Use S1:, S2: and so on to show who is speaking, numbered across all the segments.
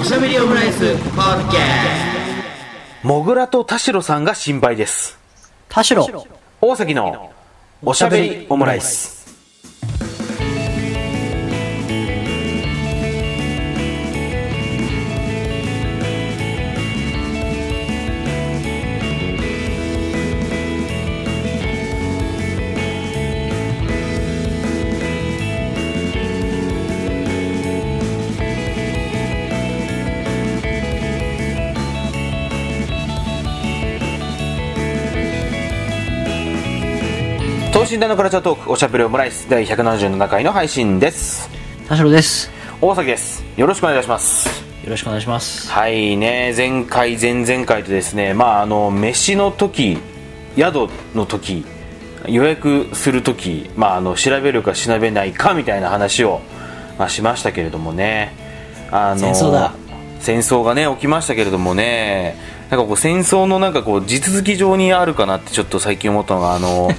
S1: おしゃべりオムライスポッドキャ
S2: もぐらと田代さんが心配です。
S3: 田代
S2: 大崎のおしゃべりオムライス。等身大のカルチャートーク、おしゃべりオムライス第177回の配信です。
S3: 田代です
S2: 大崎です。よろしくお願いいたします。
S3: よろしくお願いします
S2: はいね、前回、前々回とですね、まあ、あの、飯の時、宿の時、予約する時、まあ、あの、調べるか調べないかみたいな話を、まあ、しましたけれどもね。あの
S3: 戦争だ。
S2: 戦争がね、起きましたけれどもね、なんかこう、戦争のなんかこう、地続き上にあるかなってちょっと最近思ったのが、あの、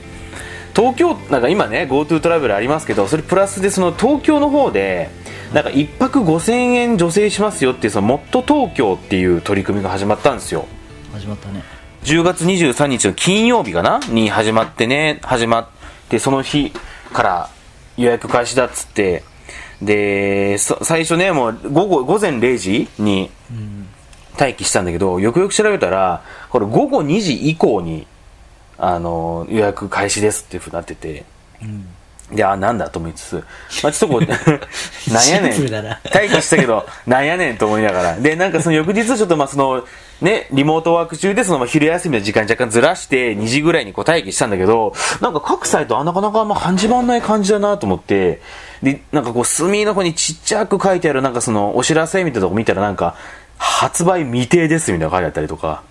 S2: 東京なんか今ね GoTo トラベルありますけどそれプラスでその東京の方でなんか1泊5000円助成しますよっていうそのもっと Tokyo っていう取り組みが始まったんですよ
S3: 始まったね
S2: 10月23日の金曜日かなに始まってね始まってその日から予約開始だっつってでそ最初ねもう午後午前0時に待機したんだけどよくよく調べたらこれ午後2時以降にあの予約開始ですっていうふうになってて、であなんだと思いつつ、まあ、ちょっとこ うなんやね
S3: シ
S2: ん
S3: ンプルだな
S2: 待機したけどなんやねんと思いながらでなんかその翌日はちょっとまあそのねリモートワーク中でそのまあ昼休みの時間若干ずらして2時ぐらいにこう待機したんだけどなんか各サイトあなかなかあんま始まんない感じだなと思ってでなんかこう隅の方にちっちゃく書いてあるなんかそのお知らせみたいなとこ見たらなんか発売未定ですみたいなのが書いてあったりとか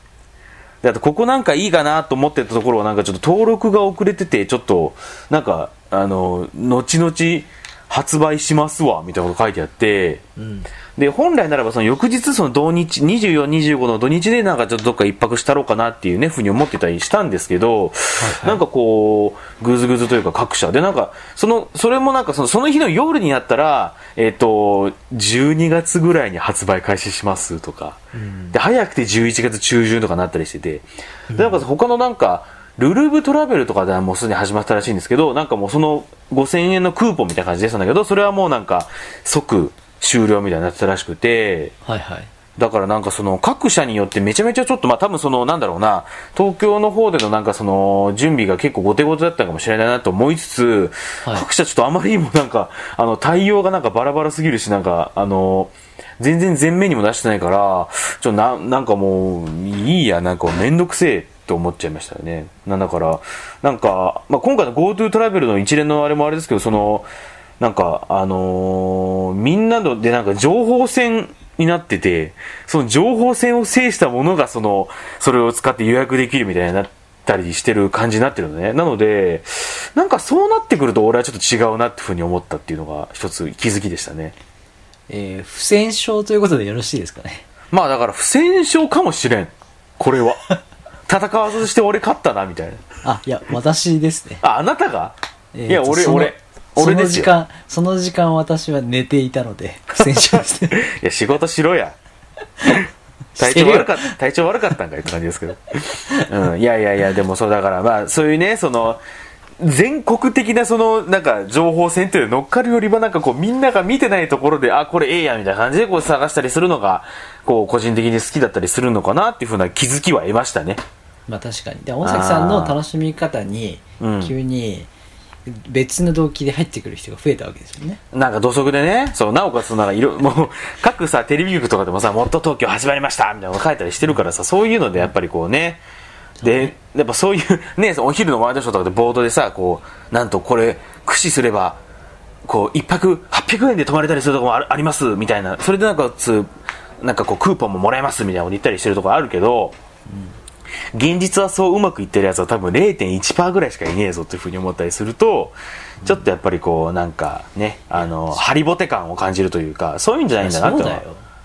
S2: であとここなんかいいかなと思ってたところはなんかちょっと登録が遅れててちょっとなんかあの後々発売しますわみたいなこと書いてあって、で本来ならばその翌日その土日24、25の土日でなんかちょっとどっか一泊したろうかなっていうねふうに思ってたりしたんですけど、なんかこうぐずぐずというか各社でなんかそのそれもなんかそのその日の夜になったらえっ、と12月ぐらいに発売開始しますとか、で早くて11月中旬とかなったりしてて、でなんか他のなんかルルブトラベルとかではもうすでに始まったらしいんですけど、なんかもうその5000円のクーポンみたいな感じでしたんだけど、それはもうなんか即終了みたいになってたらしくて、
S3: はいはい
S2: だからなんかその各社によってめちゃめちゃちょっとまあ多分そのなんだろうな東京の方でのなんかその準備が結構後手後手だったかもしれないなと思いつつ、
S3: はい
S2: 各社ちょっとあまりにもなんかあの対応がなんかバラバラすぎるしなんかあの全然前面にも出してないからちょっとななんかもういいやなんかめんどくせえと思っちゃいましたよねなんだからなんか、まあ、今回の GoTo トラベルの一連のあれもあれですけどそのなんか、あのーみんなのでなんか情報戦になってて、その情報戦を制したものがその、それを使って予約できるみたいになったりしてる感じになってるのね。なので、なんかそうなってくると俺はちょっと違うなってふうに思ったっていうのが一つ気づきでしたね。
S3: えー、不戦勝ということでよろしいですかね
S2: まあだから不戦勝かもしれん。これ は。戦わずして俺勝ったな、みたいな。
S3: あいや私ですね、
S2: あ、あなたが、
S3: え ー
S2: いや、
S3: と
S2: 俺、
S3: その
S2: 俺、俺ですよ。
S3: その時間その時間私は寝ていたので不戦勝ですね
S2: いや、仕事しろや。 体調悪かった、体調悪かったんかいって感じですけど。うん、いやいやいや、でもそうだから、まあ、そういうね、その、全国的なその、なんか、情報戦というの乗っかるよりは、なんかこう、みんなが見てないところで、あ、これええや、みたいな感じでこう探したりするのが、こう、個人的に好きだったりするのかなっていうふうな気づきは得ましたね。
S3: まあ確かにで大崎さんの楽しみ方に
S2: うん
S3: 急に別の動機で入ってくる人が増えたわけですよね、
S2: なんか土足でね、そう、なおかつなんかいろ、もう、各さ、テレビ局とかでもさ、もっと東京始まりましたみたいなの書いたりしてるからさ、そういうのでやっぱりこうね、で、やっぱそういう、 ね、お昼のワイドショーとかで冒頭でさ、こう、なんとこれ、駆使すれば、こう、一泊800円で泊まれたりするとこもあるあります、みたいな。それでなんか、つ、なんかこう、クーポンももらえます、みたいなこと言ったりしてるとこあるけど、現実はそううまくいってるやつは多分0.1%ぐらいしかいねえぞというふうに思ったりするとちょっとやっぱりこうなんかねあのハリボテ感を感じるというかそういうんじゃないんだなと
S3: いや
S2: は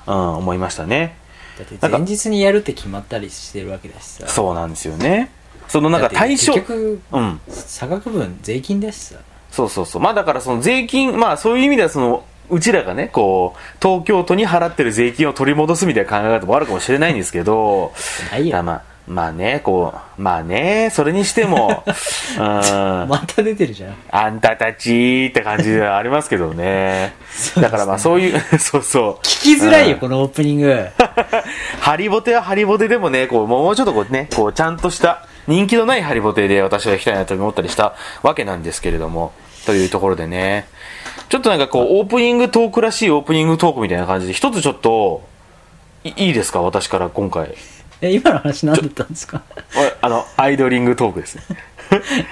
S3: そう
S2: うん、思いましたね
S3: だって
S2: なんか
S3: 前日にやるって決まったりしてるわけだしさ
S2: そうなんですよねそのなんか
S3: だって
S2: 対象
S3: 結局
S2: うん
S3: 差額分税金だしさ
S2: そうそうそうまあだからその税金まあそういう意味ではそのうちらがね、こう、東京都に払ってる税金を取り戻すみたいな考え方もあるかもしれないんですけど、
S3: ない
S2: だ
S3: よ
S2: からまあ、まあね、こう、まあね、それにして も、うん、あ
S3: また出てるじゃん。
S2: んたたちって感じではありますけどね。だからまあそういう、 そうそう。
S3: 聞きづらいよ、
S2: うん
S3: このオープニ ング。
S2: ハリボテはハリボテでもね、こう、もうちょっとこうね、こう、ちゃんとした、人気のないハリボテで私は行きたいなと思ったりしたわけなんですけれども、というところでね。ちょっとなんかこう、オープニングトークらしいオープニングトークみたいな感じで、一つちょっと、いいいですか私から今回。
S3: え、今の話何だったんですか
S2: ああの、アイドリングトークですね。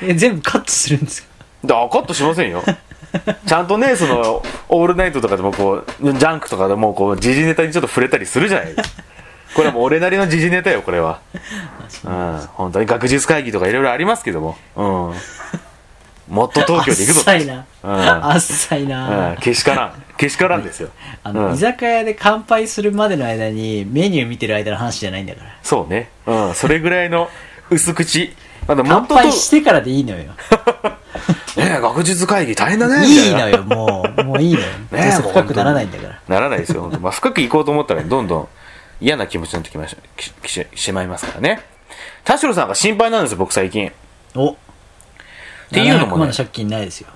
S3: え、全部カットするんですか
S2: だからカットしま せんよ。ちゃんとね、その、オールナイトとかでもこう、ジャンクとかでもこう、時事ネタにちょっと触れたりするじゃないですか。これはもう俺なりの時事ネタよ、これは。うん、本当に学術会議とかいろいろありますけども。うん。もっと東京で行くぞ。
S3: あっさいな。
S2: うん
S3: あっさい
S2: うん、
S3: な。
S2: けしからん。けしからんですよ。
S3: あの、
S2: うん
S3: 居酒屋で乾杯するまでの間に、メニュー見てる間の話じゃないんだから。
S2: そうね。うん、それぐらいの薄口。まだも
S3: 乾
S2: っとと、
S3: 杯してからでいいのよ。
S2: ねえ学術会議大変だね。みた
S3: いい
S2: な
S3: のよ、もう。もういいのよ。どう
S2: ねえ
S3: せ深くならないんだから。
S2: ならないですよ、本当まあ、深く行こうと思ったら、どんどん嫌な気持ちになってきましききししまいますからね。田代さんが心配なんですよ、僕最近。
S3: おって
S2: いうのもね
S3: の借金ないですよ。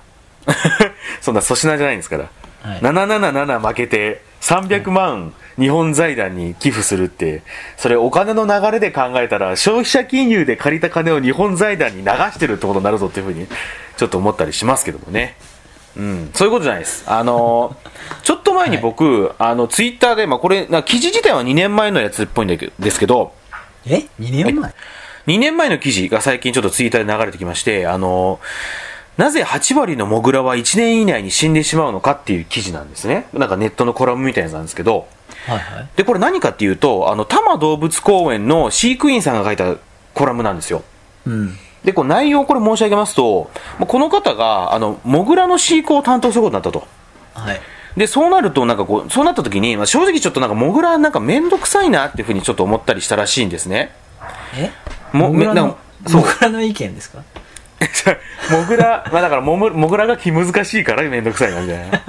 S2: そんな粗品じゃないんですから。
S3: はい
S2: 777負けて、300万日本財団に寄付するって、それお金の流れで考えたら、消費者金融で借りた金を日本財団に流してるってことになるぞっていうふうに、ちょっと思ったりしますけどもね。うん、そういうことじゃないです。あのーちょっと前に僕、あの、ツイッターで、まあ、これ、な記事自体は2年前のやつっぽいんだけどですけど、
S3: え ?2 年前
S2: 2年前の記事が最近ちょっとツイッターで流れてきまして、あの、なぜ8割のモグラは1年以内に死んでしまうのかっていう記事なんですね。なんかネットのコラムみたいなやつなんですけど、
S3: はいはい。
S2: で、これ何かっていうと、あの、多摩動物公園の飼育員さんが書いたコラムなんですよ。
S3: うん。
S2: で、こう内容をこれ申し上げますと、まあこの方が、あの、モグラの飼育を担当することになったと。
S3: はい。
S2: で、そうなると、なんかこう、そうなった時に、まあ、正直ちょっとなんか、モグラなんかめんどくさいなっていうふうにちょっと思ったりしたらしいんですね。
S3: え
S2: も
S3: モグラ
S2: めな
S3: の
S2: んかそう
S3: モグラの意見ですか
S2: じゃ あモグラ、まあだからモグモグラが気難しいからめんどくさいなみたいな。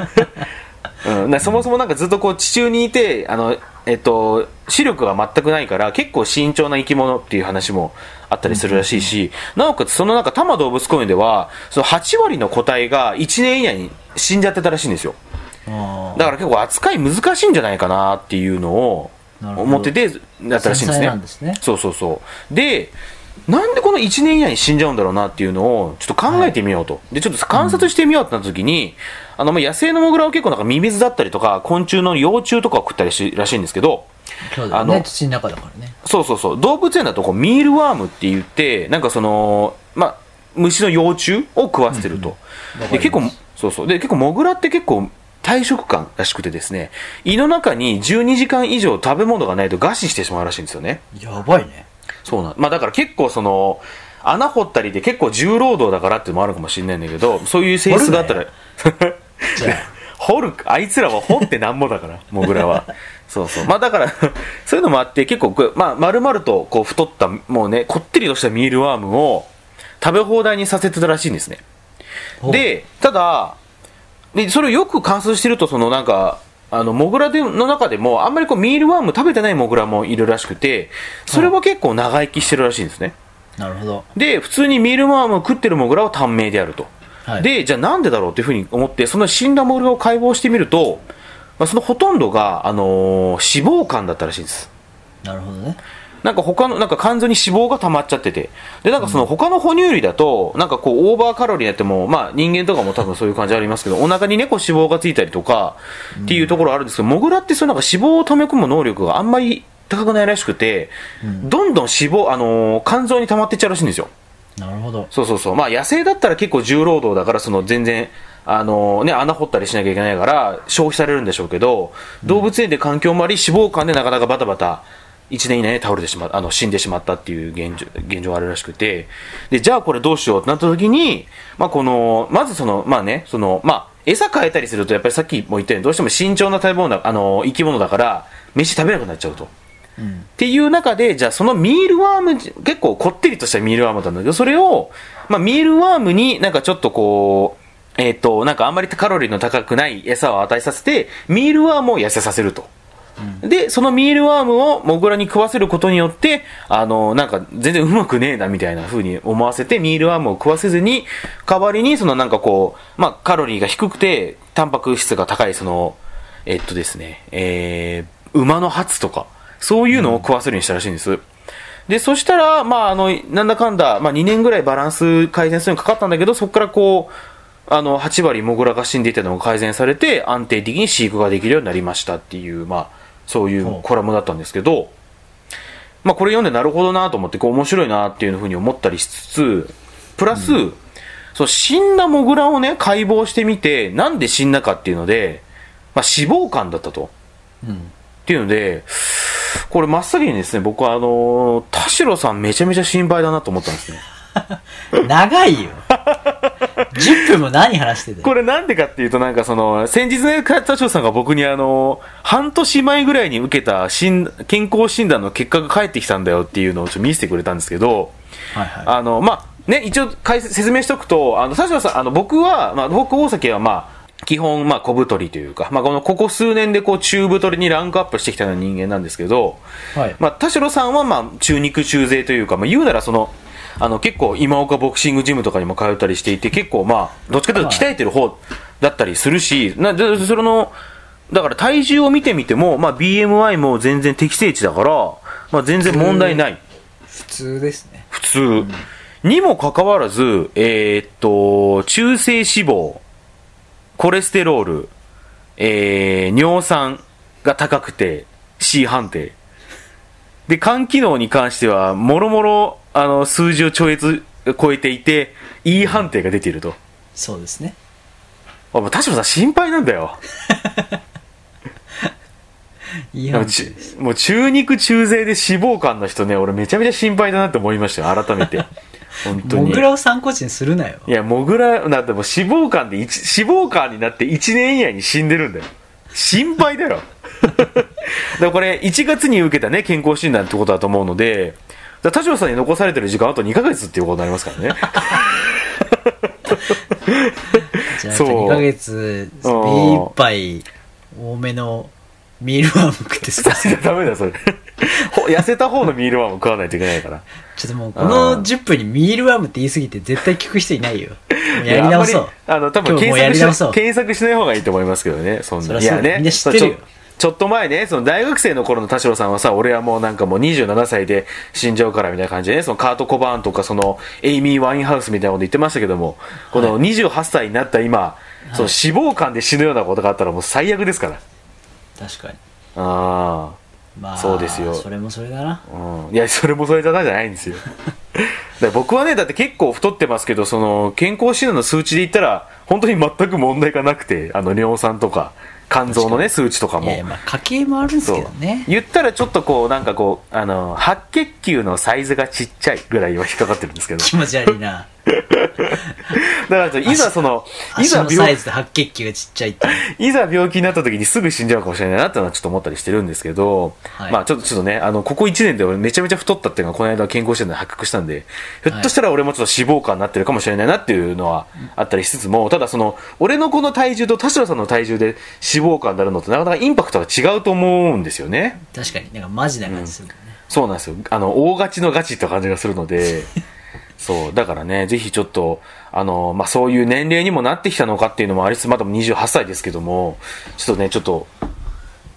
S2: うん、なそもそもなんかずっとこう地中にいてあの、えっと、視力が全くないから結構慎重な生き物っていう話もあったりするらしいし、なおかつその中多摩動物公園ではその8割の個体が1年以内に死んじゃってたらしいんですよ
S3: あ
S2: だから結構扱い難しいんじゃないかなっていうのを
S3: なるほど
S2: 思っててだったらしいんです
S3: 繊細
S2: ね
S3: なんですね
S2: そうそうそうでなんでこの1年以内に死んじゃうんだろうなっていうのをちょっと考えてみようと、でちょっと観察してみようってなった時に、あのまあ野生のモグラは結構なんかミミズだったりとか昆虫の幼虫とかを食ったりしらしいんですけど
S3: あ。そうだよ
S2: あ
S3: ね。
S2: の
S3: 土の中だからね。
S2: そうそうそう動物園だとこうミールワームって言ってなんかそのまあ虫の幼虫を食わせてると、
S3: うんわか
S2: で
S3: り
S2: 結構
S3: ます
S2: そうそうで結構モグラって結構大食感らしくてですね胃の中に12時間以上食べ物がないと餓死してしまうらしいんですよね
S3: やばいね。
S2: そうなんまあだから結構その穴掘ったりで結構重労働だからっていうのもあるかもしれないんだけどそういう性質があったら
S3: じゃ
S2: 掘るあいつらは掘ってなんぼだからモグラはそうそうまあだから そういうのもあって結構こうまあ丸々とこう太ったもうねこってりとしたミールワームを食べ放題にさせてたらしいんですね
S3: あ、
S2: でただでそれをよく観察してるとそのなんかあのモグラでの中でもあんまりこうミールワーム食べてないモグラもいるらしくてそれは結構長生きしてるらしいんですね
S3: なるほど。
S2: で普通にミールワームを食ってるモグラは短命であると、
S3: はい
S2: でじゃあなんでだろうっていうふうに思ってその死んだモグラを解剖してみると、まあ、そのほとんどが、あのー脂肪肝だったらしいんです
S3: なるほどね。
S2: なんか他の、なんか肝臓に脂肪が溜まっちゃってて。で、なんかその他の哺乳類だと、なんかこうオーバーカロリーになっても、まあ人間とかも多分そういう感じありますけど、お腹にね、こう脂肪がついたりとか、っていうところあるんですけど、モグラってそのなんか脂肪を溜め込む能力があんまり高くないらしくて、どんどん脂肪、あのー肝臓に溜まってっちゃうらしいんですよ。
S3: なるほど。
S2: そうそうそう。まあ野生だったら結構重労働だから、その全然、あのね、穴掘ったりしなきゃいけないから消費されるんでしょうけど、動物園で環境もあり、脂肪肝でなかなかバタバタ、1年以内に倒れてしまう、あの、死んでしまったっていう現状、現状があるらしくて、で、じゃあこれどうしようってなった時に、まあこの、まずその、まあね、その、まあ、餌変えたりすると、やっぱりさっきも言ったように、どうしても慎重な食べ物だ、あの、生き物だから、飯食べなくなっちゃうと。
S3: うん。
S2: っていう中で、じゃあそのミールワーム、結構こってりとしたミールワームだったんだけど、それを、まあミールワームになんかちょっとこう、えっ、と、なんかあんまりカロリーの高くない餌を与えさせて、ミールワームを痩せさせると。で、そのミールワームをモグラに食わせることによって、あの、なんか全然うまくねえなみたいな風に思わせて、ミールワームを食わせずに、代わりにそのなんかこう、まあカロリーが低くて、タンパク質が高い、その、えっとですね、えー、馬のハツとか、そういうのを食わせるようにしたらしいんです。で、そしたら、まあ、あの、なんだかんだ、まあ、2年ぐらいバランス改善するのにかかったんだけど、そこからこう、あの、8割モグラが死んでいたのが改善されて、安定的に飼育ができるようになりましたっていう、まあ、そういう
S3: ほう
S2: コラムだったんですけど、まあ、これ読んでなるほどなと思って、こう、面白いなっていうふうに思ったりしつつ、プラス、その死んだモグラをね、解剖してみて、なんで死んだかっていうので、まあ、死亡感だったと。
S3: うん。
S2: っていうので、これ真っ先にですね、僕はあのー田代さんめちゃめちゃ心配だなと思ったんですね。
S3: 長い よ。10分も何話してた
S2: こ
S3: よ。
S2: れなんでかっていうと、なんかその、先日ね、田代さんが僕にあのー半年前ぐらいに受けた診健康診断の結果が返ってきたんだよっていうのをちょっと見せてくれたんですけど、
S3: はいは
S2: あの、まあ、ね、一応解説説明しとくと、あの、田代さん、あの、僕は、まあ、僕大崎は、まあ、基本、まあ、小太りというか、まあ、この、ここ数年で、こう、中太りにランクアップしてきたような人間なんですけど、
S3: い。はい。
S2: まあ、田代さんは、まあ、中肉中背というか、まあ、言うならその、あの、結構、今岡ボクシングジムとかにも通ったりしていて、結構、まあ、どっちかというと鍛えてる方だったりするし、な、でその、だから体重を見てみても、まあ、BMI も全然適正値だから、まあ、全然問題ない。
S3: 普通ですね。
S2: 普通。にもかかわらず、えーっと、中性脂肪、コレステロール、えー、尿酸が高くて、C 判定。で、肝機能に関しては、もろもろ、あの、数字を超越、超えていて、E 判定が出ていると。
S3: そうですね。
S2: あ、もう田代さん心配なんだよ。
S3: いい
S2: でも
S3: 話
S2: ち
S3: です。
S2: もう中肉中背で脂肪肝の人ね、俺めちゃめちゃ心配だなって思いましたよ、改めて。本当に。
S3: モグラを参考値にするなよ。
S2: いや、モグラ、だってもう脂肪肝で一、脂肪肝になって1年以内に死んでるんだよ。心配だよ。 だからこれ、1月に受けたね、健康診断ってことだと思うので、だから田代さんに残されてる時間あと2ヶ月っていうことになりますからね。
S3: じゃあ、
S2: そう
S3: 2ヶ月、目
S2: うん
S3: いっぱい多めのミールワーム食っ てさ。ちょ
S2: ダメだよ、それ。ほ痩せた方のミールワンも食わないといけないから。
S3: っともう、この10分にミールワームって言い過ぎて絶対聞く人いないよ。もう やり直そう。
S2: あの、多分
S3: 今日もう
S2: 検索
S3: やり
S2: し
S3: 直そう
S2: 検索しない方がいいと思いますけどね。そん
S3: そ
S2: な。
S3: りゃ
S2: い
S3: そうだ
S2: やね。
S3: みんな知ってるよ
S2: そうちょちょっと前ね、その大学生の頃の田代さんはさ、俺はもうなんかもう27歳で死んじゃうからみたいな感じでね、そのカート・コバーンとかそのエイミー・ワインハウスみたいなこと言ってましたけども、この28歳になった今、その死亡感で死ぬようなことがあったらもう最悪ですから。
S3: 確かに。
S2: あ
S3: まあ、
S2: そうですよ
S3: それもそれだな。
S2: あ。うん。いや、それもそれだなじゃないん ですよ。だから僕はね、だって結構太ってますけど、その、健康診断の数値で言ったら、本当に全く問題がなくて、あの、尿酸とか、肝臓のね、数値とか
S3: い
S2: も。
S3: やいや、まあ、家計もあるんです
S2: そう
S3: けどね。
S2: 言ったらちょっとこうなんかこうあの白血球のサイズがちっちゃいぐらいは引っかかってるんです けど
S3: 気持ち悪 いな。
S2: だからいざそのい
S3: 足
S2: ざ
S3: のサ
S2: 病
S3: イズで白血球がちっちゃいってい う。
S2: いざ病気になった時にすぐ死んじゃうかもしれないなってのはちょっと思ったりしてるんですけど、
S3: はい
S2: まあちょっとちょっとねあのここ1年で俺めちゃめちゃ太ったっていうのがこの間健康診断で発覚したんでひょっとしたら俺もちょっと脂肪肝になってるかもしれないなっていうのはあったりしつつもただその俺のこの体重と田代さんの体重で脂肪肝になるのとなかなかインパクトが違うと思うんですよね。
S3: 確かに、なんかマジな感じするもんね。
S2: そうなんですよ。あの、大勝ちのガチって感じがするので、そう、だからね、ぜひちょっと、あの、まあ、そういう年齢にもなってきたのかっていうのもありつつ、まだ28歳ですけども、ちょっとね、ちょっと、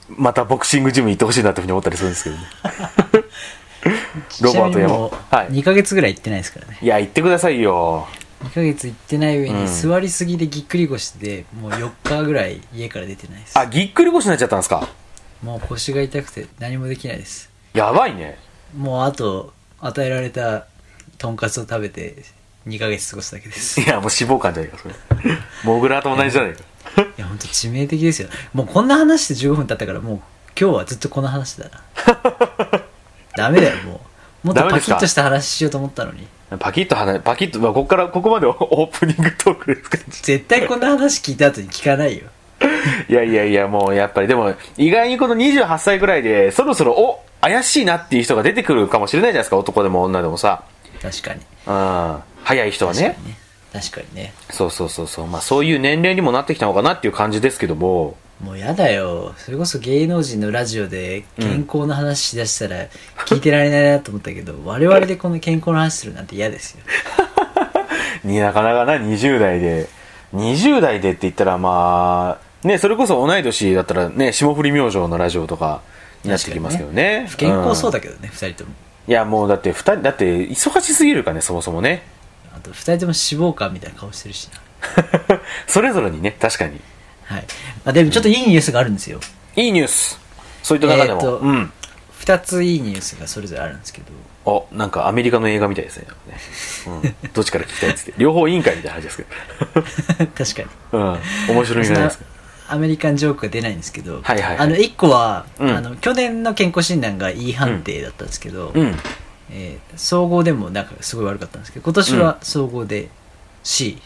S2: またボクシングジム行ってほしいなっていうふうに思ったりするんですけどね。 ロバート
S3: ちなみに
S2: 山
S3: もう
S2: はい
S3: 2ヶ月ぐらい行ってないですからね。
S2: いや、行ってくださいよ。
S3: 2ヶ月行ってない上
S2: うん
S3: に座りすぎでぎっくり腰でもう4日ぐらい家から出てないです
S2: あ、ぎっくり腰になっちゃったんですか
S3: もう腰が痛くて何もできないです
S2: やばいね。
S3: もうあと与えられたとんかつを食べて2ヶ月過ごすだけです
S2: い
S3: い
S2: や、もう脂肪肝じゃないか、それ。モグラと同じじゃないか。
S3: やほんと致命的ですよもうこんな話して15分経ったからもう今日はずっとこの話だ なダメだよもうもっと
S2: ダメ
S3: パ
S2: です
S3: キ
S2: か
S3: ッとした話しようと思ったのに
S2: パキッと離れ、パキッと、まあ、ここから、ここまでオープニングトークですから
S3: 絶対こんな話聞いた後に聞かないよ
S2: いやいやいや、もうやっぱり、でも、意外にこの28歳ぐらいで、そろそろ、お怪しいなっていう人が出てくるかもしれないじゃないですか、男でも女でもさ。
S3: 確かに
S2: うん。早い人は
S3: 確か
S2: ね。
S3: にね確かにね。
S2: そうそうそうそう。まあそういう年齢にもなってきたのかなっていう感じですけども、
S3: もうやだよ。それこそ芸能人のラジオで健康の話しだしたら聞いてられないなと思ったけど、我々でこの健康の話するなんて嫌ですよ。
S2: になかなかな、20代で。20代でって言ったらまあ、ね、それこそ同い年だったらね、霜降り明星のラジオとかになってきますけどね。
S3: 不健康そう
S2: だ、
S3: だけどね、二、人とも。
S2: いやもうだって二人、だって忙しすぎるからね、そもそもね。
S3: あと二人とも脂肪肝みたいな顔してるしな。
S2: それぞれにね、確かに。
S3: はい。まあでもちょっといいニュースがあるんですよ。
S2: いいニュース。そういった中でも。
S3: えーと
S2: うん。
S3: 二ついいニュースがそれぞれあるんですけど。
S2: お、なんかアメリカの映画みたいですね。なんかね うん、どっちから聞きたいっつって。両方委員会みたいな話ですけ
S3: 確かに。
S2: ど。 うん。面白いみたいですけど。
S3: アメリカンジョークは出ないんですけど、
S2: はいはいはい
S3: あの1個は、
S2: うん
S3: あの去年の健康診断が E 判定だったんですけど、
S2: うん。
S3: えー総合でもなんかすごい悪かったんですけど今年は総合で C、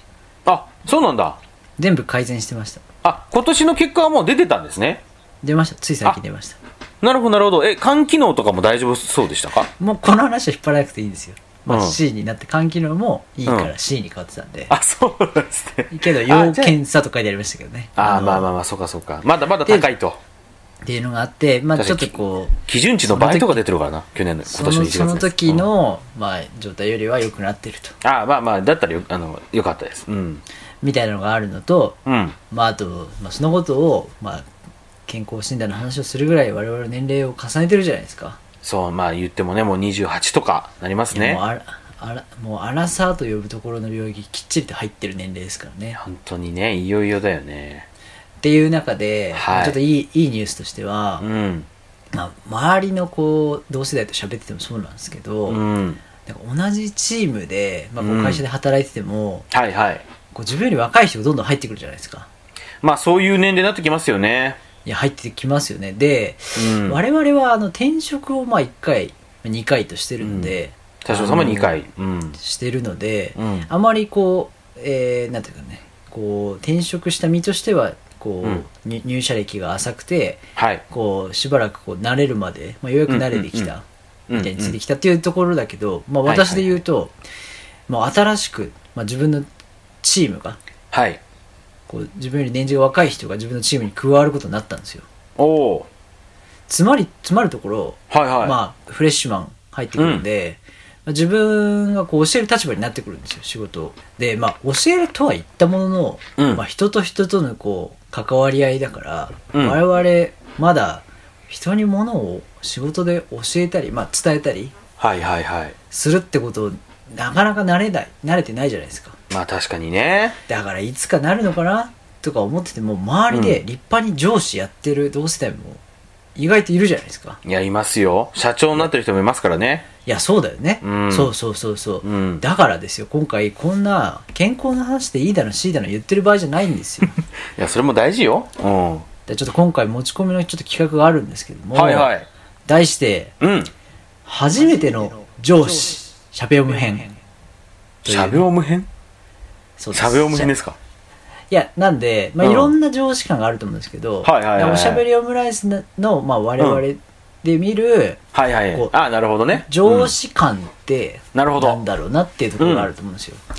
S2: あ、そうなんだ。
S3: 全部改善してました
S2: あ、今年の結果はもう出てたんですね。
S3: 出ましたつい最近出ました
S2: なるほど、なるほど。え、肝機能とかも大丈夫そうでしたか
S3: もうこの話は引っ張らなくていいんですよ、まあ
S2: うん
S3: C になって肝機能も E か
S2: う
S3: ら C に変わってたんで、
S2: あ、そうなんですね。
S3: けど要検査と書いてありましたけどね
S2: ああ、
S3: の
S2: まあまあまあ、そうかそうか。まだまだ高いと。
S3: っていうのがあってまあちょっと
S2: 確かに
S3: こう
S2: 基準値の倍とか出てるからな。去年の、今
S3: そ
S2: 年の1
S3: の
S2: 月
S3: その
S2: です
S3: 時。
S2: うん
S3: の、まあ、状態よりは良くなってると
S2: ああ、まあまあ、だったらよ、あの、よかったです。うん。
S3: みたいなのがあるのと、
S2: うん。
S3: まあ、あと、まあ、そのことを、まあ、健康診断の話をするぐらい我々年齢を重ねてるじゃないですか。
S2: そう、まあ言ってもね、もう28とかなりますね
S3: もう。あらあらもうアラサーと呼ぶところの領域きっちりと入ってる年齢ですからね。
S2: 本当にね、いよいよだよね。
S3: っていう中で、
S2: はい
S3: ちょっといいいいニュースとしては、
S2: うん。
S3: まあ、周りのこう同世代と喋っててもそうなんですけど、
S2: うん。
S3: なんか同じチームで、まあ、こ
S2: うん
S3: う会社で働いてても、
S2: はいはい。
S3: こう自分より若い人がどんどん入ってくるじゃないですか。
S2: まあそういう年齢になってきますよね。
S3: いや入ってきますよね。で、
S2: うん。
S3: 我々はあの転職をまあ1回2回としてるので、
S2: 多少様2
S3: あ
S2: 回
S3: の。
S2: うん。
S3: してるので、
S2: うん
S3: あまりこう、えーなんていうかねこう転職した身としてはこ
S2: う
S3: う、
S2: ん
S3: 入入社歴が浅くて
S2: はい。
S3: こうしばらくこう慣れるまで、まあ、ようやく慣れてき
S2: うんうんう
S3: た、
S2: ん
S3: みたいについてきたっていうところだけど、まあ、私で言うと、まあ、新しく、まあ、自分のチームが
S2: はい。
S3: こう自分より年次が若い人が自分のチームに加わることになったんですよ
S2: おお
S3: つまりつまるところ
S2: ー。はいはい。
S3: まあ、フレッシュマン入ってくるんで、まあ自分がこう教える立場になってくるんですよ仕事をで、まあ、教えるとは言ったものの、
S2: うん
S3: まあ、人と人とのこう関わり合いだから、
S2: うん
S3: 我々まだ人にものを仕事で教えたり、まあ、伝えたり
S2: はいはいはい。
S3: するってことをなかなか慣れない慣れてないじゃないですか
S2: まあ確かにね。
S3: だからいつかなるのかなとか思ってても周りで立派に上司やってる同世代も意外といるじゃないですか
S2: いや、いますよ。社長になってる人もいますからね。
S3: いやそうだよね、
S2: うん
S3: そうそうそうそう、
S2: うん
S3: だからですよ今回こんな健康の話でいいだの C だの言ってる場合じゃないんで すよ
S2: いや、それも大事よ。うん。
S3: でちょっと今回持ち込みのちょっと企画があるんですけども、
S2: はいはい。
S3: 題して
S2: うん。
S3: 「初めての上司しゃべおむ編という」
S2: しゃべおむ編
S3: そう
S2: しゃべおむ編です
S3: し
S2: か
S3: ゃいやなんで、まあ
S2: うん
S3: いろんな上司感があると思うんですけど、
S2: はいはいはいはい
S3: おしゃべりオムライスの、まあ、我々で見る
S2: はいはい
S3: こ
S2: は
S3: う
S2: い。ああ、なるほどね。
S3: 上司感って
S2: なるほど
S3: なんだろうなっていうところがあると思うんですよ、
S2: う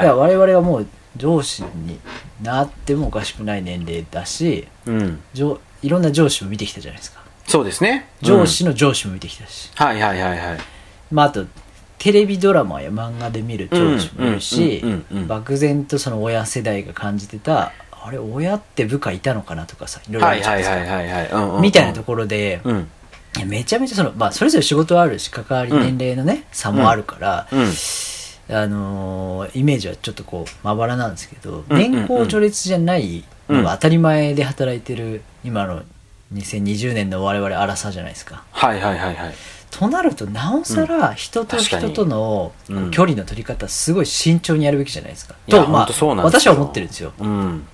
S2: ん。
S3: いや
S2: は
S3: 我々はもう上司になってもおかしくない年齢だし
S2: い。うん。
S3: 上いろんな上司も見てきたじゃないですか
S2: そうですね。
S3: 上司の上司も見てきたし、
S2: うん。はいはいはいはい。
S3: まあ、あとテレビドラマや漫画で見る上司もいるし
S2: うんうんうんうん
S3: 漠然とその親世代が感じてたあれ親って部下いたのかなとかさいろいろあ
S2: は
S3: る
S2: い
S3: じゃ
S2: はい
S3: な
S2: い
S3: ですか
S2: はいはいはいうんうんうん。
S3: みたいなところで、
S2: うん。
S3: いやめちゃめちゃその、まあ、それぞれ仕事はあるし関わり年齢のね、差もあるから、
S2: うん。
S3: あのーイメージはちょっとこうまばらなんですけど
S2: うんうん
S3: 年功序列じゃないのが当たり前で働いてる今の2020年の我々荒さじゃないですか。
S2: はいはいはいはい。
S3: となるとなおさら人と
S2: 確かに
S3: 人とのこ
S2: う
S3: うん距離の取り方すごい慎重にやるべきじゃないですか。
S2: いや
S3: とま
S2: ほん
S3: あ
S2: とそうなんです
S3: 私
S2: よ
S3: は思ってるんですよ。
S2: うん。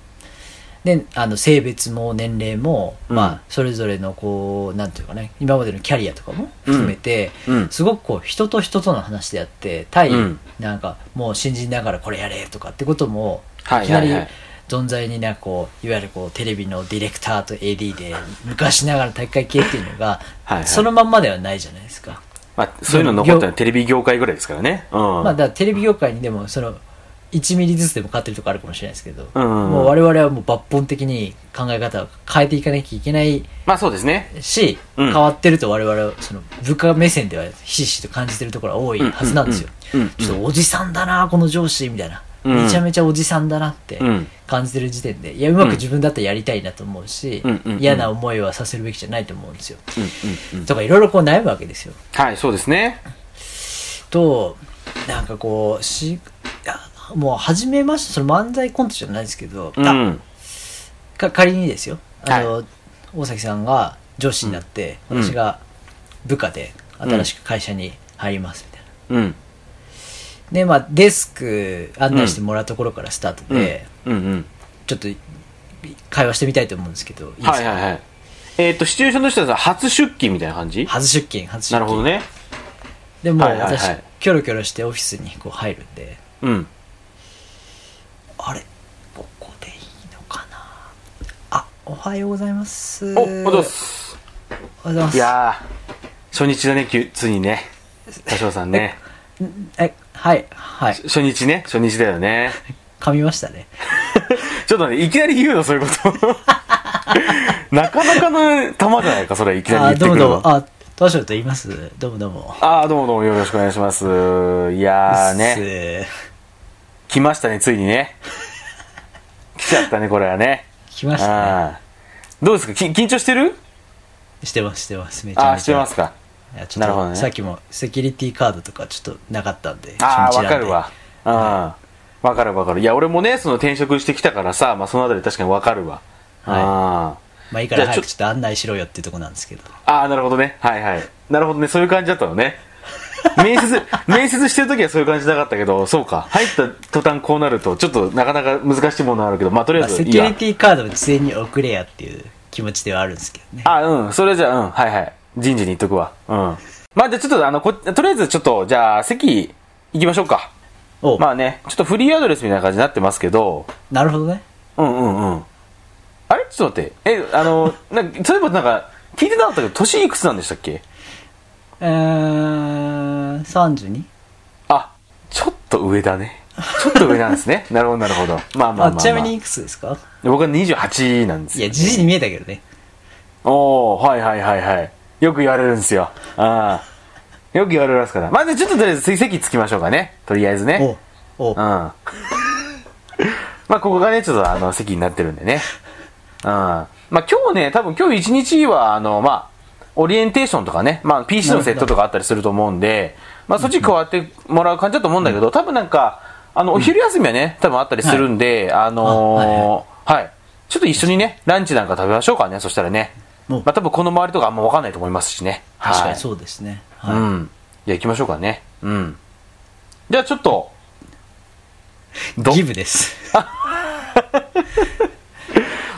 S3: であの性別も年齢も、
S2: うん
S3: まあ、それぞれのこうなんていうかね今までのキャリアとかも含めて、
S2: うんうん
S3: すごくこう人と人との話であって対、
S2: うん
S3: なんかもう新人ながらこれやれとかってことも
S2: はい
S3: いきなり
S2: はいはい
S3: 存在になんかこういわゆるこうテレビのディレクターと AD で昔ながら体育会系っていうのが
S2: はいはい
S3: そのまんまではないじゃないですか。
S2: まあ、そういうの残ったのはテレビ業界ぐらいですからね。うん。
S3: まあ、だからテレビ業界にでもその1ミリずつでも変わってるとこあるかもしれないですけど、
S2: うんうんうん
S3: もう我々はもう抜本的に考え方を変えていかなきゃいけない
S2: まあそうですね。
S3: し、
S2: うん
S3: 変わってると我々はその部下目線ではひしひしと感じてるところは多いはずなんですよ、
S2: うんうんうんうん
S3: ちょっとおじさんだなこの上司みたいな、
S2: うん
S3: めちゃめちゃおじさんだなって
S2: うん
S3: 感じてる時点でいやうまく自分だったらやりたいなと思うし、
S2: うんうんうん
S3: 嫌な思いはさせるべきじゃないと思うんですよ、
S2: うんうんうん。
S3: とかいろいろこう悩むわけですよ
S2: はい、そうですね。
S3: となんかこうしいやもう初めましてその漫才コントじゃないですけど、
S2: う
S3: あ
S2: ん。
S3: か仮にですよあの、大崎さんが上司になって、
S2: うん
S3: 私が部下で新しく会社に入りますみたいな、
S2: うん。
S3: でまあデスク案内してもらうところからスタートで、
S2: うんうん。
S3: ちょっと会話してみたいと思うんですけどいいですか、
S2: はいはいはい。えっと、シチュエーションとしてはさ、初出勤みたいな感じ
S3: 初出勤初出勤
S2: なるほどね。
S3: でもう
S2: はいはい
S3: 私、
S2: はい
S3: キョロキョロしてオフィスにこう入るんで
S2: うん。
S3: あれここでいいのかなあおはようございます
S2: お、おどうす。
S3: おはようご
S2: い
S3: ざいま
S2: やー、初日だね、きゅついにね。多少さんね。
S3: すえはいはい
S2: 初日ね、初日だよね。
S3: 噛みましたね
S2: ちょっとね、いきなり言うの、そういう こと。なかなかの玉じゃないか、それ、いきな
S3: あ
S2: り
S3: ど
S2: 言
S3: う
S2: って
S3: も
S2: くる
S3: どう
S2: の
S3: も。あどうしようと言いますどうもどうも
S2: ああ、どうもどうもよろしくお願いします。いやーね、
S3: ね
S2: 来ましたね、ついにね。来ちゃったね、これはね。
S3: 来ましたね
S2: あーどうですかき緊張してる
S3: してますしてますめちゃ
S2: あ
S3: めちゃ
S2: あ、してますか。
S3: いやちょ
S2: な
S3: っ
S2: るほ
S3: と、
S2: どね
S3: さっきもセキュリティカードとかちょっとなかったんで
S2: ああ、
S3: 初日
S2: わ
S3: なんで
S2: かるわ。うん。わかるわかる。いや、俺もね、その転職してきたからさ、まあ、そのあたり確かにわかるわ。
S3: は
S2: あ
S3: い
S2: ー
S3: まあいいから
S2: じゃあち
S3: 早
S2: ょ
S3: くちょっと案内しろよっていうとこなんですけど
S2: ああ、なるほどね。はいはい。なるほどね。そういう感じだったのね。面接、 面接してるときはそういう感じじゃなかったけど、そうか。入った途端こうなると、ちょっとなかなか難しいものがあるけど、まあとり
S3: ま
S2: あえず
S3: あセ
S2: いい
S3: キュ
S2: や
S3: リ。ティカードを事前に送れやっていう気持ちではあるんですけどね
S2: あ、うん。それじゃあ、うん。はいはい。人事に言っとくわ。うん。まあじゃあちょっと、あの、こ、とりあえずちょっと、じゃあ席行きましょうか。
S3: おう
S2: まあね、ちょっとフリーアドレスみたいな感じになってますけど、
S3: なるほどね
S2: うんうんうん。あれちょっと待って。え、あの、なんか、そういえばなんか、聞いてなかったけど、年いくつなんでしたっけ
S3: えー 32?
S2: あ、ちょっと上だね。ちょっと上なんです ね。なるほど、なるほど。まあまあまあ、
S3: あ
S2: まあ、
S3: ちなみにいくつですか
S2: 僕は28なんです
S3: い
S2: よ。
S3: やじじいに見えたけどね
S2: おー、はいはいはいはい。よく言われるんですよ。ああ。よく言われますから。まず、ちょっととりあえず席つきましょうかね。とりあえず
S3: おう
S2: ね。
S3: おう
S2: うん。まあ、ここがね、ちょっとあの、席になってるんでね。うん。まあ、今日ね、多分今日一日は、あの、まあ、オリエンテーションとかね、まあ、PC のセットとかあったりすると思うんで、まあ、そっち加わってもらう感じだと思うんだけど、多分なんか、あの、お昼休みはね、多分あったりするんで、あのーはい。ちょっと一緒にね、ランチなんか食べましょうかね、そしたらね。
S3: お
S2: まあ、多分この周りとかあんま分かんないと思いますしね。はい
S3: 確かにそうですね、はい
S2: うん。じゃあ行きましょうかね。うん。じゃあちょっと、ど
S3: ギブです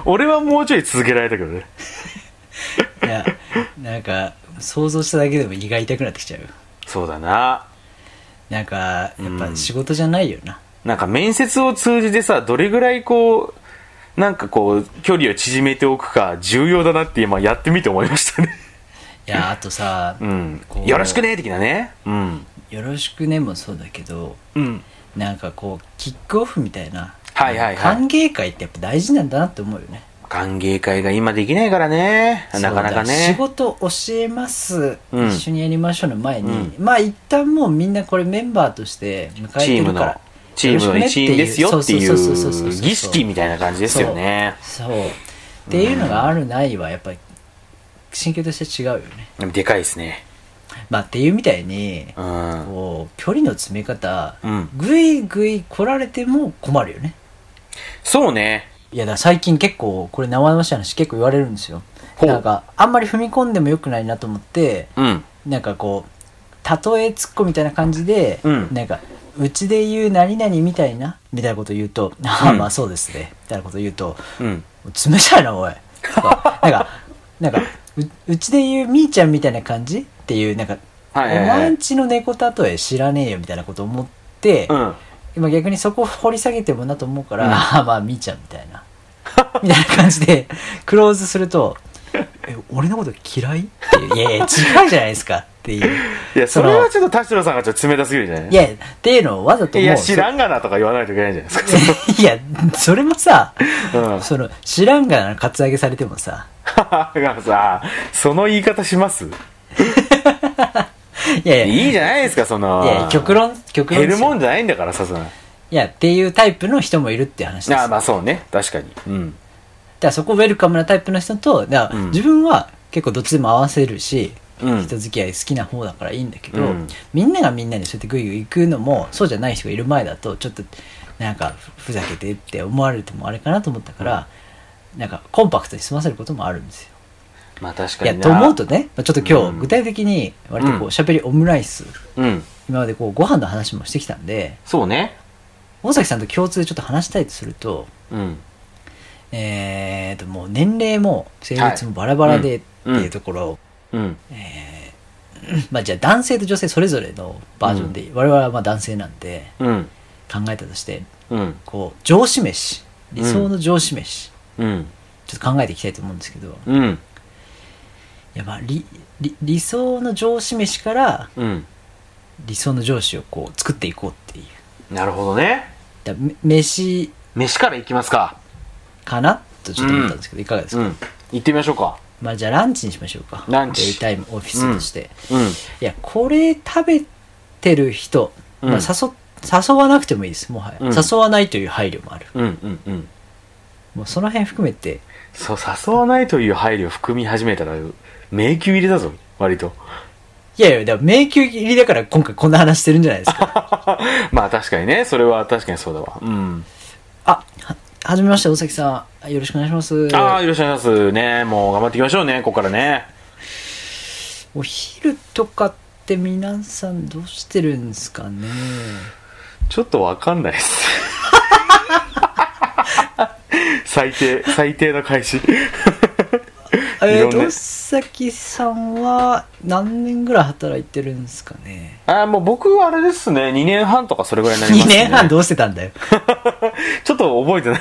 S2: 俺はもうちょい続けられたけどね。
S3: いやなんか想像しただけでも胃が痛くなってきちゃう
S2: そうだな。
S3: なんかやっ
S2: う
S3: ぱ
S2: ん
S3: 仕事じゃないよな、
S2: なんか面接を通じてさ、どれぐらいこう、なんかこう、距離を縮めておくか重要だなって今やってみて思いましたね。
S3: いやあとさ、
S2: うん
S3: こ。う
S2: よろしくね的なね。うん。
S3: よろしくねもそうだけど
S2: うん。
S3: なんかこうキックオフみたいな
S2: はいはいはい
S3: 歓迎会ってやっぱ大事なんだなって思うよね
S2: 歓迎会が今できないからね。なかなか
S3: そうだ仕
S2: ね。
S3: 事教えます、
S2: うん
S3: 一緒にやりましょうの前に、まあ一旦もうみんなこれメンバーとして迎え
S2: チ
S3: て
S2: ーム
S3: るか
S2: の
S3: ら、
S2: チームの一員ですよってい
S3: そうそうそうそうそうそう
S2: う
S3: そう
S2: 儀式みたいな感じですよね。
S3: そうっていうのがあるないはやっぱり心境として違うよね
S2: でかいですね。
S3: まあっていうみたいに
S2: うん。
S3: こう距離の詰め方、
S2: うん
S3: ぐいぐい来られても困るよね
S2: そうね。
S3: いやだから最近結構これ生々しい話結構言われるんですよ
S2: ほう
S3: なんかあんまり踏み込んでもよくないなと思って
S2: うん。
S3: なんかこう例えツッコみたいな感じで、
S2: うん
S3: なんかうちで言う何々みたいなみたいなこと言うと「ああまあそうですね」みたいなこと言うと
S2: うん。
S3: 冷たいな おいとかなんかなんかううちで言うみーちゃんみたいな感じっていうなんか、
S2: はいはいはい
S3: お前んちの猫たとえ知らねえよみたいなこと思って、
S2: うん。
S3: 今逆にそこ掘り下げてもなと思うから、
S2: うん
S3: ああまあみーちゃんみたいな みたいな感じでクローズすると「え俺のこと嫌い?」っていう「いやいや違うじゃないですか」っていう
S2: いや、それはちょっと田代さんがちょっと冷たすぎるじゃない
S3: いやっていうのをわざと
S2: い
S3: も
S2: や、
S3: う
S2: 知らんがなとか言わないといけないじゃないです
S3: そ いやそれもさ、
S2: うん
S3: その知らんがなカツアゲされてもさ
S2: か。だからさ、その言い方します
S3: いやいや
S2: いいじゃないですか、その。
S3: いや極論極論
S2: 減るも
S3: い
S2: んじゃないんだからさ、その。
S3: やっていうタイプの人もいるっていう話です
S2: ああ、まあそうね。確かに。うん。
S3: だからそこウェルカムなタイプの人とだから
S2: うん
S3: 自分は結構どっちでも合わせるし、
S2: うん
S3: 人付き合い好きな方だからいいんだけど、
S2: うん
S3: みんながみんなにそうやってグイグイ行くのもそうじゃない人がいる前だとちょっとなんかふざけてって思われてもあれかなと思ったから、なんかコンパクトに済ませることもあるんですよ。
S2: まあ確か
S3: いや
S2: にな。
S3: と思うとねまあちょっと今
S2: う
S3: 日
S2: ん
S3: 具体的に割とこ
S2: うん
S3: うしゃべりオムライス、
S2: うん。
S3: 今までこうご飯の話もしてきたんで
S2: そうね。
S3: 大崎さんと共通でちょっと話したいとすると。
S2: うん。
S3: えー、ともう年齢も性別もバラバラでって
S2: はい
S3: いうところを、
S2: うん。
S3: まあ、じゃあ男性と女性それぞれのバージョンで、我々はまあ男性なんで
S2: うん。
S3: 考えたとして
S2: うん。
S3: こう上司飯理想の上司飯、
S2: うん。
S3: ちょっと考えていきたいと思うんですけどい
S2: うん。
S3: やまあ理理理想の上司飯から
S2: うん。
S3: 理想の上司をこう作っていこうっていう
S2: なるほどね。
S3: だめ飯
S2: 飯から行きますか。
S3: かなとちょっと思ったんですけど、いかがです
S2: う
S3: か、
S2: ん。行ってみましょうか。
S3: まあじゃあランチにしましょうか
S2: ランチ
S3: デイタイムオフィスとして、
S2: う
S3: いやこれ食べてる人、
S2: うん
S3: まあ、誘誘わなくてもいいですもはや、
S2: うん
S3: 誘わないという配慮もある
S2: ん。うんうんうん。
S3: もうその辺含めて
S2: そう、誘わないという配慮を含み始めたら、迷宮入りだぞ、割と。
S3: いやいやだから迷宮入りだから今回こんな話してるんじゃないですか
S2: まあ確かにね、それは確かにそうだわ。うん。 あ、
S3: ははじめまして大崎さんよろしくお願いします
S2: ああ、いらっしゃいますね。もう頑張っていきましょうね、ここからね。
S3: お昼とかって皆さんどうしてるんですかね
S2: ちょっとわかんないっす。 最低、最低の開始。
S3: え
S2: いろ
S3: ー、
S2: んな
S3: 大崎さんは何年ぐらい働いてるんですかね
S2: ああ、もう僕はあれですね、2年半とかそれぐらいになりま
S3: 2
S2: すね。
S3: 年半どうしてたんだよ
S2: ちょっと覚えてない。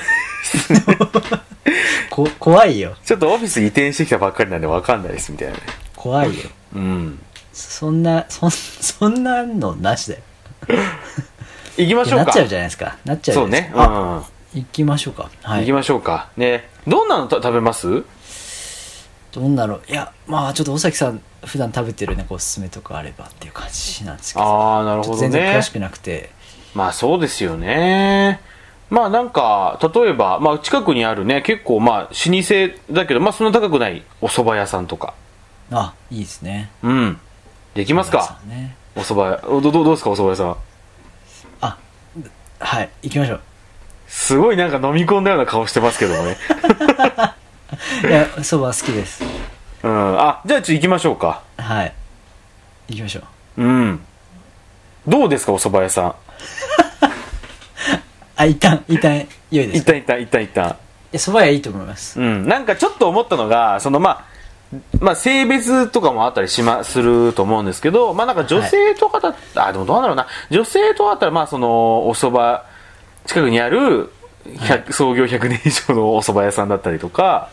S3: こ怖いよ
S2: ちょっとオフィス移転してきたばっかりなんでわかんないです、みたいなね。
S3: 怖いよ
S2: うん。
S3: そんなそん そんなのなしだよ
S2: 行きま
S3: い
S2: し
S3: や
S2: ょう
S3: なっ
S2: か。
S3: ちゃうじゃないですかなっちゃうじ
S2: そ
S3: ゃ
S2: う
S3: ないで
S2: ね。
S3: す
S2: うん。
S3: かあ
S2: 行
S3: 行きましょうかはい
S2: きましょうか。ね。どんなのた食べます
S3: どんなのいやまあちょっと尾崎さん普段食べてるねおすすめとかあればっていう感じなんですけど
S2: ああ、なるほ
S3: ちょっと
S2: ど
S3: 全然詳
S2: ね
S3: し。くなくて
S2: まあそうですよね。まあなんか、例えば、まあ近くにあるね、結構まあ老舗だけど、まあそんな高くないお蕎麦屋さんとか。
S3: あいいですね
S2: うん。できます
S3: 尾崎
S2: か
S3: さんね
S2: お蕎麦屋。おど、どどうですかお蕎麦屋さん。
S3: あはい行きましょう
S2: すごいなんか飲み込んだような顔してますけどもね。
S3: いやそば好きです
S2: うん。あ、じゃあちょっと行きましょうか。
S3: はい行きましょう
S2: うん。どうですかお蕎麦屋さん。
S3: あ一旦一旦良いで
S2: 一
S3: すかい
S2: 旦一旦一旦一旦。
S3: やそば屋いいと思います
S2: うん、なんかちょっと思ったのが、そのまあ、まあ、性別とかもあったりしま、すると思うんですけど、まあなんか女性とかだった、あ、でもどうなんだろうな、女性とかだったら、まあその、お蕎麦、近くにある、100創業100年以上のお蕎麦屋さんだったりとか、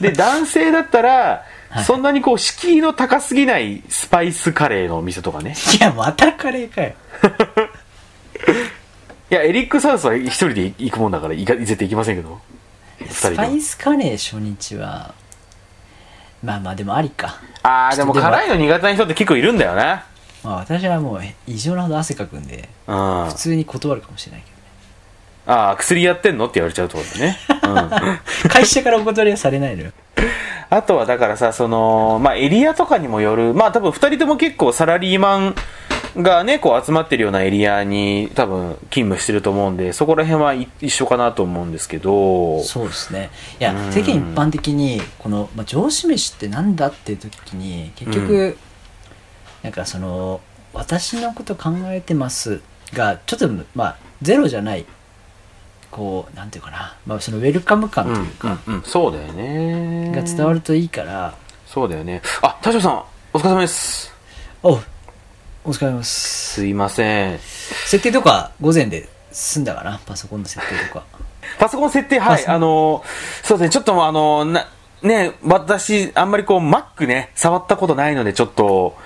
S2: で、男性だったら、
S3: はい
S2: そんなにこう、敷居の高すぎないスパイスカレーのお店とかね。
S3: いやまたカレーかよ
S2: いや、エリック・サウスは一人で行くもんだから、行か絶対行きませんけど。
S3: スパイスカレー初日はまあまあでもありか
S2: ああ、でも辛いの苦手な人って結構いるんだよな。
S3: まあ私はもう異常なほど汗かくんで
S2: うん。
S3: 普通に断るかもしれないけどね
S2: ああ、薬やってんのって言われちゃうところだね。うん。
S3: 会社からお断りはされないのよ
S2: あとはだからさ、その、まあ、エリアとかにもよる、まあ、多分二人とも結構サラリーマンがね、こう集まってるようなエリアに多分勤務してると思うんで、そこら辺はい一緒かなと思うんですけど、
S3: そうですねいや
S2: うん
S3: 世間一般的にこの、まあ、上司飯ってなんだっていう時に結局、
S2: う
S3: なんかその「私のこと考えてます」がちょっとまあゼロじゃないこうなんていうかな、まあ、そのウェルカム感
S2: うん、う
S3: と
S2: ん
S3: いうか、、
S2: うん、そうだよね。
S3: が伝わるといいから
S2: そうだよね。あ、大将さん、お疲れ様です。
S3: 「おうお疲れ様です
S2: すいません。」
S3: 設定とか午前で済んだかなパソコンの設定とか
S2: パソコン設定、は
S3: パ
S2: い、
S3: ソ
S2: あのーそうですね、ちょっともうあのーな、ね、私、あんまりこう、Mac ね、触ったことないので、ちょっと、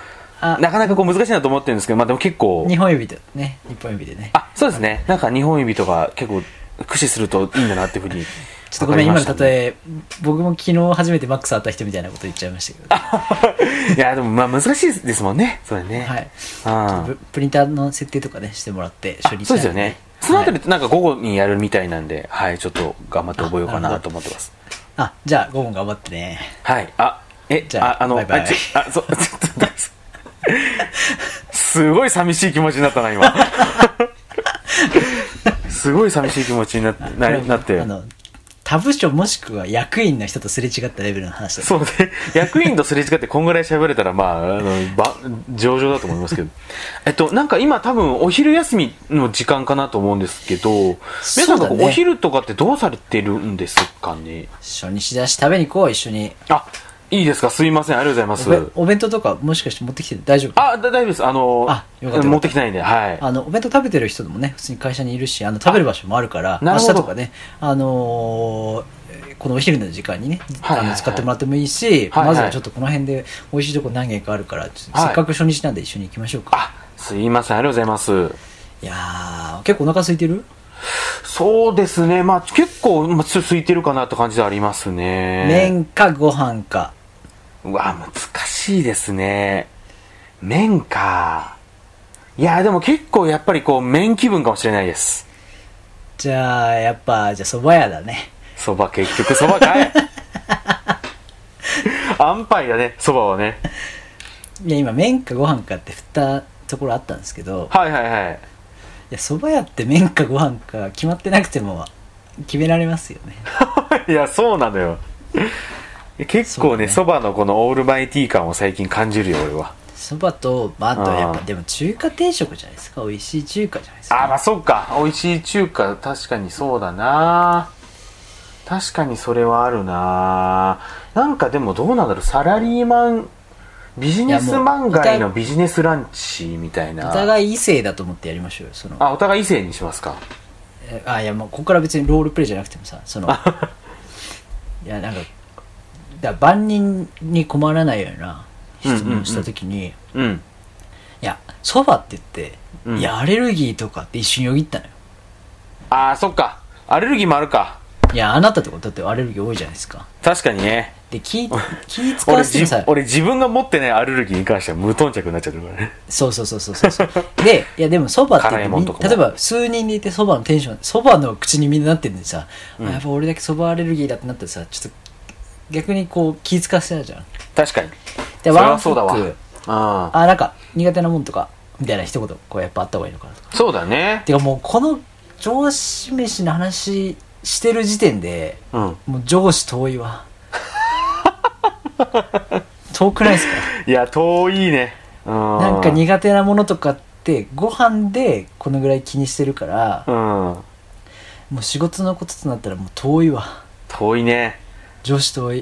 S3: あ
S2: なかなかこう難しいなと思ってるんですけど、まあでも結構、
S3: 日本指とね日本指でね
S2: あ、そうですね。なんか日本指とか結構駆使するといいんだなっていうふうに。
S3: ちょっとごめん、今の
S2: え。
S3: 例え僕も昨日初めてマックス会った人みたいなこと言っちゃいましたけど、
S2: いや、でもまあ難しいですもんね。それね。
S3: はい、
S2: あ
S3: ププリンターの設定とかねしてもらって処理
S2: そうですよね。そのあたり
S3: はい
S2: なんか午後にやるみたいなんで、はい、ちょっと頑張って覚えようかなと思ってます。
S3: あじゃあ午後頑張ってね
S2: はい。あ、え、
S3: じゃあ
S2: あ、あの、
S3: バイバイ
S2: あ、ちあそう、ちょっと待ってすごい寂しい気持ちになったな、 今。すごい寂しい気持ちになって、ななって
S3: あ。の他部署もしくは役員の人とすれ違ったレベルの話だ
S2: そうね。役員とすれ違ってこんぐらい喋れたら、まあ、あの、ば、上々だと思いますけ ど。えっと、なんか今多分お昼休みの時間かなと思うんですけど、皆さん
S3: そうだ
S2: こう
S3: ね
S2: お昼とかってどうされてるんですかね
S3: 初日だし食べに行こう一緒に
S2: あ、いいですかすいません。ありがとうご
S3: お
S2: ざい
S3: べ
S2: ます。
S3: お弁当とかもしかして持ってきて大丈夫
S2: あ、だ大丈夫です。あの、
S3: あよかったよかった
S2: 持ってきてないんで、はい。
S3: あのお弁当食べてる人でもね普通に会社にいるしあの食べる場所もあるから
S2: なる
S3: 明
S2: ほ
S3: 日
S2: ど
S3: とかね、あのーえーこのお昼の時間にね、
S2: はいはいはい
S3: あの使ってもらってもいいし、
S2: はいはい
S3: まずはちょっとこの辺で美味しいとこ何軒かあるから、ちょっと
S2: はい
S3: せっかく初日なんで一緒に行きましょうか
S2: あ、すいません。ありがとうございます。
S3: いやー結構お腹空いてる、
S2: そうですね。まあ、結構、まあ、す空いてるかなって感じではありますね。
S3: 麺かご飯か
S2: うわ、難しいですね。麺か。いや、でも結構やっぱりこう、麺気分かもしれないです。
S3: じゃあやっぱじゃあそば屋だね
S2: そば、結局そばかい。安牌だね、そばはね。
S3: いや今麺かご飯かって振ったところあったんですけど
S2: はいはいはい。
S3: いやそば屋って麺かご飯か決まってなくても決められますよね
S2: いや、そうなのよ。結構ね、
S3: そ
S2: そば、のこのオールマイティー感を最近感じるよ、俺は。
S3: そばと、まあ、あとやっぱ
S2: あー
S3: でも中華定食じゃないですか美味しい中華じゃないです
S2: あ、ま
S3: か
S2: あそっか。美味しい中華、確かにそうだな確かにそれはあるななんかでもどうなんだろう。サラリーマン、ビジネス漫
S3: い
S2: 外
S3: や
S2: の
S3: もう
S2: ビジネスランチみたいな。
S3: お互い異性だと思ってやりましょうよそのあ
S2: あ、お互い異性にしますか。
S3: あいやもうここから別にロールプレイじゃなくてもさそのいやなんかだから万人に困らないような質問をした時に、い
S2: うん。
S3: やそばって言って、
S2: うん
S3: いやアレルギーとかって一瞬よぎったのよ
S2: あー、そっか。アレルギーもあるか。
S3: いやあなたとかだってアレルギー多いじゃないですか
S2: 確かにね。
S3: で気気使
S2: 俺
S3: わせても
S2: じ
S3: さ
S2: 俺自分が持ってないアレルギーに関しては無頓着になっちゃってるからね。
S3: そうそうそうそうそうそうでいやでもそばって
S2: 辛いもんとかも
S3: 例えば数人でいてそばのテンションそばの口にみんななってるのにさ、あやっぱ俺だけそばアレルギーだってなったらさちょっと逆にこう気ぃ使わせたじゃん
S2: 確かに。そ
S3: で
S2: れ
S3: ワン
S2: は
S3: フ
S2: そうだ
S3: ッ
S2: わ。
S3: ク
S2: うん。
S3: あなんか苦手なもんとかみたいな一言こうやっぱあった方がいいのかなとか
S2: そうだね。
S3: てかもうこの上司飯の話してる時点で
S2: うん。
S3: もう上司遠いわ遠くないですか
S2: いや、遠いね。うん。
S3: なんか苦手なものとかってご飯でこのぐらい気にしてるから、
S2: うん。
S3: もう仕事のこととなったらもう遠いわ
S2: 遠いね。
S3: 上司遠い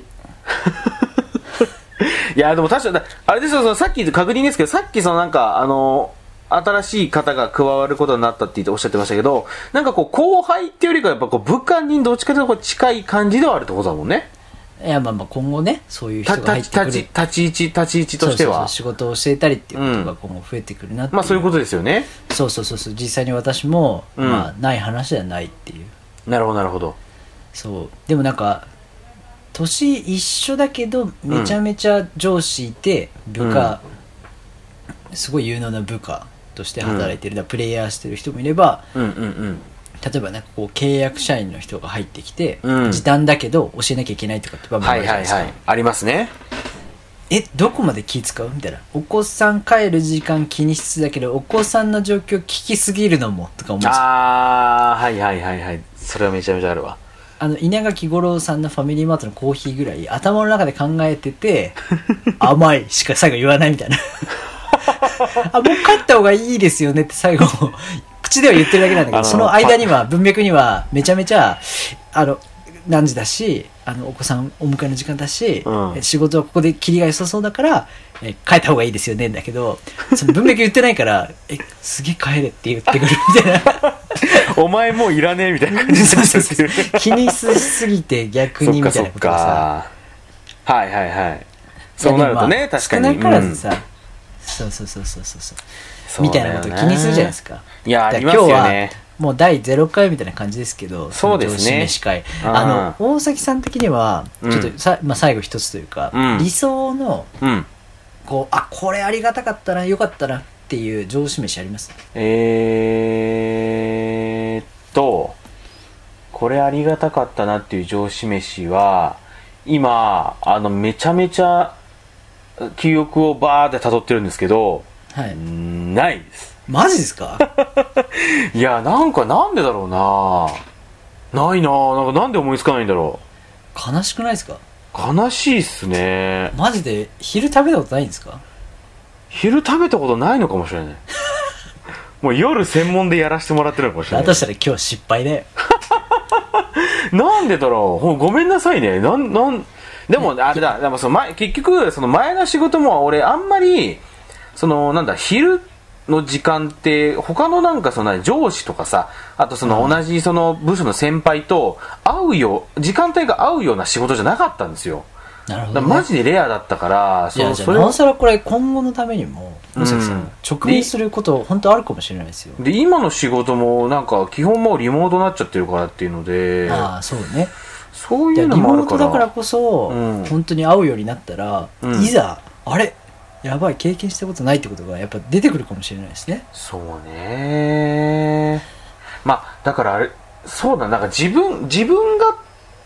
S2: いや、でも確かに、あれですよ、そのさっき確認ですけど、さっきそのなんか、あの、新しい方が加わることになったって言っておっしゃってましたけど、なんかこう、後輩っていうよりかはやっぱこう、部下にどっちかというとこう近い感じではあるってことだもんね。
S3: いやまあまあ今後ねそういう
S2: た
S3: 人が入
S2: 立ち、
S3: ってくる
S2: 立ち、立ち位置、立ち位置として
S3: そうそうそう
S2: は。
S3: 仕事を教えたりっていうこと
S2: う
S3: が
S2: ん
S3: 今後増えてくるなっていう、
S2: まあそういうことですよね。
S3: そうそうそうそう実際に私も、
S2: うん
S3: まあない話ではないっていう
S2: なるほど、なるほど。
S3: そうでもなんか年一緒だけどめちゃめちゃ上司いて部下、すごい有能な部下として働いてる、だからプレイヤーしてる人もいれば
S2: うんうん
S3: 例えばなんかこう契約社員の人が入ってきて、
S2: うん
S3: 時短だけど教えなきゃいけないとかって場
S2: うん。
S3: 面もあ
S2: は
S3: る
S2: い
S3: じゃな
S2: はいい
S3: ですか、
S2: はい。ありますね。
S3: えどこまで気使うみたいなお子さん帰る時間気にしつつだけどお子さんの状況聞きすぎるのもとか思うんですよ
S2: あー、はいはいはいはい。それはめちゃめちゃあるわ。
S3: あの稲垣吾郎さんのファミリーマートのコーヒーぐらい頭の中で考え てて甘いしか最後言わないみたいな あもう帰った方がいいですよねって最後口では言ってるだけなんだけ
S2: あの
S3: どその間には文脈にはめちゃめちゃあの何時だしあのお子さんお迎えの時間だし、
S2: うん
S3: え仕事はここで切りが良さそうだからえ帰った方がいいですよねだけどその文脈言ってないから「えすげえ帰れ」って言ってくるみたいな。
S2: お前もういらねえみたいな感じに
S3: そう
S2: なっち
S3: そ
S2: ゃ
S3: う
S2: っ
S3: そ
S2: て
S3: う
S2: る。
S3: 気にしすぎて逆にみたいなことがさ
S2: そっかそっかはいはいはいそうなると
S3: いや
S2: ね
S3: でもまあ
S2: 確かに
S3: 少なからずさ、そうそうそうそうそうそう
S2: そう
S3: み
S2: だよ
S3: たい
S2: ね
S3: なこと気にするじゃないですか
S2: いや
S3: だ
S2: あ
S3: か
S2: り
S3: ら
S2: ますよね
S3: 今日はもう第0回みたいな感じですけど
S2: そうですね
S3: の上司飯会
S2: うん
S3: あの大崎さん的にはち
S2: うん
S3: ょっとさ、まあ、最後一つというか、
S2: うん
S3: 理想の
S2: うん。
S3: こうあこれありがたかったなよかったなっていう上司飯あります
S2: えーっと、これありがたかったなっていう上司飯は、今、あの、めちゃめちゃ、記憶をバーって辿ってるんですけど、
S3: はいう
S2: ーんないです。
S3: マジですか
S2: いや、なんかなんでだろうなないななんかなんで思いつかないんだろ
S3: 悲しくないですか
S2: う。悲しいっすね。
S3: マジで昼食べたことないんですか
S2: 昼食べたことないのかもしれ ない。もう夜専門でやらせてもらってるのかもしれな
S3: だ
S2: い
S3: と。したら今日失敗だよ
S2: なんでだろうほごめんなさいね。なん、なん、でも、あれだ、でもその前、結局、その前の仕事も俺、あんまり、その、なんだ、昼の時間って、他のなんか、その、上司とかさ、あとその、同じその、部署の先輩と、会うよ、時間帯が合うような仕事じゃなかったんですよ。
S3: なるほ
S2: だ
S3: ど、
S2: から
S3: ね、
S2: マジでレアだったから、
S3: いや
S2: の
S3: じゃあ
S2: それ
S3: なおさらこれ今後のためにも
S2: うん
S3: 大崎さん直面すること本当あるかもしれないですよ
S2: で、今の仕事も、なんか、基本もうリモートになっちゃってるからっていうので、
S3: ああそうね
S2: そう
S3: い
S2: い
S3: や
S2: うの
S3: リ
S2: もあ
S3: モ
S2: る
S3: ー
S2: か
S3: トだ
S2: ら。
S3: からこそ、
S2: うん
S3: 本当に会うようになったら、
S2: うん
S3: いざあれやばい経験したことないってことがやっぱ出てくるかもしれないですね
S2: そうねまあだからあれそうだなんか自分自分が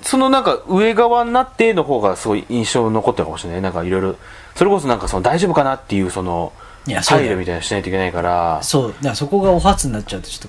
S2: そのなんか上側になっての方がすごい印象に残ってるかもしれないなんかいろいろそれこそなんかその大丈夫かなっていうその
S3: いやそう
S2: 配
S3: だ
S2: 慮
S3: よ
S2: みたいなのしないといけないから
S3: そうだからそこがお初になっちゃうとちょっと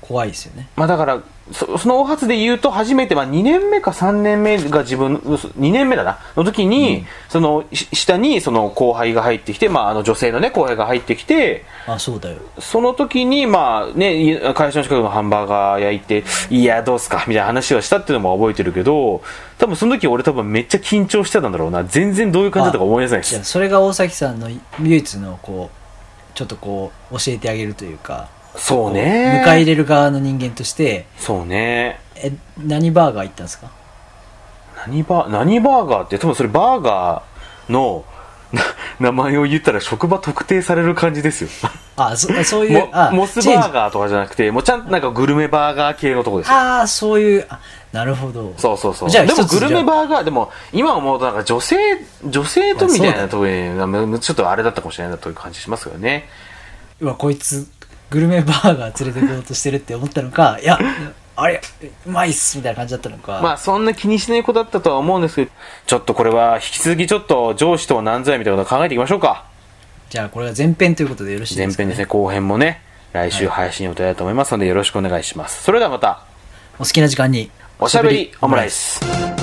S3: 怖いですよね
S2: まあだからそそのお初で言うと初めて、まあ、2年目か3年目が自分2年目だなの時に、そのし下にその後輩が入ってきて、まあ、あの女性のね後輩が入ってきて
S3: あそうだよ
S2: その時に、まあね、い会社の近くのハンバーガー焼いて、いや、どうすかみたいな話をしたっていうのも覚えてるけど、多分その時俺多分めっちゃ緊張してたんだろうな。全然どういう感じだったか思い出せないで
S3: じゃあ
S2: す。
S3: それが大崎さんの唯一のこうちょっとこう教えてあげるというか
S2: そう
S3: こ
S2: ね。
S3: う迎え入れる側の人間として
S2: そうね。
S3: え何バーガー行ったんですか
S2: 何バー、何バーガーって、多分それバーガーのな名前を言ったら職場特定される感じですよ。
S3: あそそういう
S2: も
S3: あ
S2: モス
S3: チェンジ
S2: バーガーとかじゃなくて、もうちゃんとなんかグルメバーガー系のとこですよ。
S3: ああそういうあなるほど
S2: そうそうそう。
S3: じゃあ
S2: でも
S3: 一つ
S2: グル
S3: じゃ
S2: メ
S3: あ
S2: バーガー、でも今思うとなんか女性、女性とみたいなところに、むちょっとあれだったかもしれないなという感じしますよね。
S3: うわこいつグルメバーガー連れてこようとしてるって思ったのかいやあれうまいっすみたいな感じだったのか、
S2: まあそんな気にしない子だったとは思うんですけど、ちょっとこれは引き続きちょっと上司とは何ぞやみたいなことを考えていきましょうか。
S3: じゃあこれが前編ということでよろしいで
S2: 前
S3: すか、
S2: 編ですね、後編もね、来週配信予定だと思いますのでよろしくお願いします。それではまた、
S3: お好きな時間に
S2: おしゃべりオムライス。
S3: お